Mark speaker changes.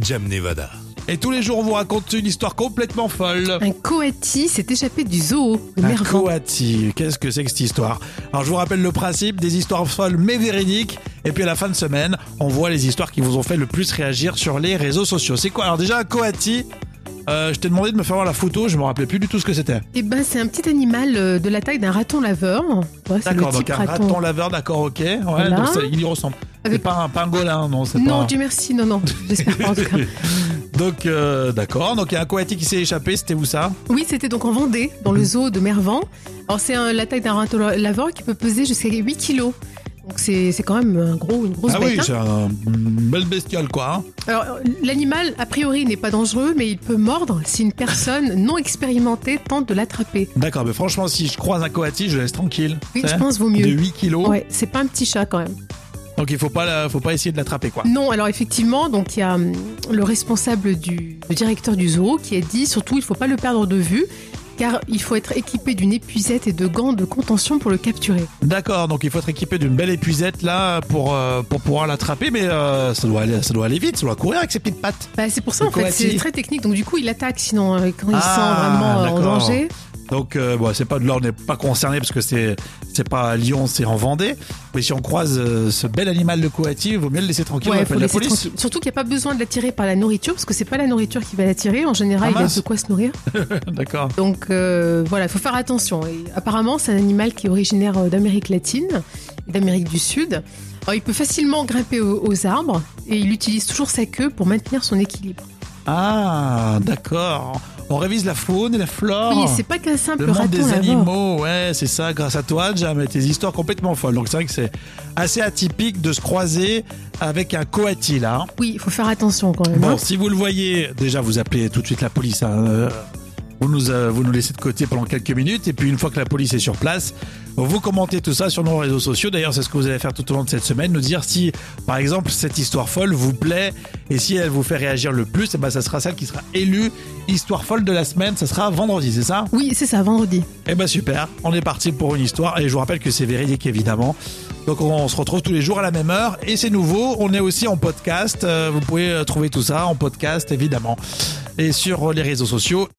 Speaker 1: Jam Nevada.
Speaker 2: Et tous les jours, on vous raconte une histoire complètement folle.
Speaker 3: Un coati s'est échappé du zoo de
Speaker 2: Un
Speaker 3: Mervan.
Speaker 2: coati, qu'est-ce que c'est que cette histoire Alors je vous rappelle le principe des histoires folles mais véridiques. Et puis à la fin de semaine, on voit les histoires qui vous ont fait le plus réagir sur les réseaux sociaux. C'est quoi Alors déjà un coati, euh, je t'ai demandé de me faire voir la photo, je me rappelais plus du tout ce que c'était.
Speaker 3: Eh ben, c'est un petit animal euh, de la taille d'un raton laveur. Ouais, c'est le
Speaker 2: D'accord,
Speaker 3: type
Speaker 2: donc un raton, laveur, d'accord, ok. Ouais,
Speaker 3: Voilà.
Speaker 2: donc ça, il y ressemble. C'est
Speaker 3: Avec-
Speaker 2: pas un pangolin, non, c'est
Speaker 3: Non,
Speaker 2: pas.
Speaker 3: Dieu merci, non, non, j'espère pas en tout cas.
Speaker 2: Donc euh, d'accord, donc il y a un coati qui s'est échappé, c'était où ça
Speaker 3: Oui, c'était donc en Vendée, dans le zoo de Mervan. Alors, c'est un- la taille d'un raton la- laveur qui peut peser jusqu'à 8 kilos. Donc, c'est c'est quand même un gros, une grosse
Speaker 2: Ah
Speaker 3: bête.
Speaker 2: oui,
Speaker 3: hein.
Speaker 2: c'est un une belle bestiole quoi. hein.
Speaker 3: Alors, l'animal, a priori, n'est pas dangereux, mais il peut mordre si une personne non expérimentée tente de l'attraper.
Speaker 2: D'accord, mais franchement, si je croise un coati, je le laisse tranquille.
Speaker 3: Oui,
Speaker 2: C'est
Speaker 3: je pense vaut
Speaker 2: De
Speaker 3: mieux.
Speaker 2: 8 kilos.
Speaker 3: Ouais, c'est pas un petit chat quand même.
Speaker 2: Donc il faut pas, la- faut pas essayer de l'attraper quoi.
Speaker 3: Non, alors effectivement, donc il y a hum, le responsable du le directeur du zoo qui a dit surtout il faut pas le perdre de vue car il faut être équipé d'une épuisette et de gants de contention pour le capturer.
Speaker 2: D'accord, donc il faut être équipé d'une belle épuisette là pour, euh, pour pouvoir l'attraper, mais euh, ça, doit aller, ça doit aller vite, ça doit courir avec ses petites pattes.
Speaker 3: Bah, c'est pour ça
Speaker 2: Le
Speaker 3: en fait,
Speaker 2: coati.
Speaker 3: c'est très technique. Donc du coup, il attaque sinon euh, quand il
Speaker 2: Ah,
Speaker 3: sent vraiment euh, en
Speaker 2: d'accord.
Speaker 3: danger.
Speaker 2: Donc euh, bon, c'est pas de l'or, on n'est pas concerné parce que c'est c'est pas à Lyon, c'est en Vendée. Mais si on croise euh, ce bel animal de coati, il vaut mieux le laisser tranquille, on
Speaker 3: Ouais, faut
Speaker 2: appelle la
Speaker 3: laisser
Speaker 2: police.
Speaker 3: tranquille. Surtout qu'il n'y a pas besoin de l'attirer par la nourriture parce que c'est pas la nourriture qui va l'attirer. En
Speaker 2: Ah,
Speaker 3: général, il a
Speaker 2: mince.
Speaker 3: de quoi se nourrir.
Speaker 2: D'accord.
Speaker 3: Donc euh, voilà, il faut faire attention. Et apparemment, c'est un animal qui est originaire euh, d'Amérique latine, et d'Amérique du Sud. Alors, il peut facilement grimper au- aux arbres et il utilise toujours sa queue pour maintenir son équilibre.
Speaker 2: Ah, d'accord. On révise la faune et la flore.
Speaker 3: Oui, c'est pas qu'un simple
Speaker 2: Oh, Le monde
Speaker 3: raton
Speaker 2: des
Speaker 3: laveur.
Speaker 2: animaux, ouais, c'est ça, grâce à toi, Jam, et tes histoires complètement folles. Donc c'est vrai que c'est assez atypique de se croiser avec un coati, là. hein.
Speaker 3: Oui, il faut faire attention quand même. hein.
Speaker 2: Bon, si vous le voyez, déjà, vous appelez tout de suite la police. hein, euh, Vous nous, euh, vous nous laissez de côté pendant quelques minutes et puis une fois que la police est sur place, vous commentez tout ça sur nos réseaux sociaux. D'ailleurs, c'est ce que vous allez faire tout au long de cette semaine, nous dire si, par exemple, cette histoire folle vous plaît et si elle vous fait réagir le plus, et ben, ça sera celle qui sera élue histoire folle de la semaine. Ça sera vendredi, c'est ça
Speaker 3: Oui, c'est ça, vendredi.
Speaker 2: eh ben super, on est parti pour une histoire et je vous rappelle que c'est véridique évidemment. Donc on se retrouve tous les jours à la même heure et c'est nouveau, on est aussi en podcast, euh, vous pouvez euh, trouver tout ça en podcast évidemment et sur euh, les réseaux sociaux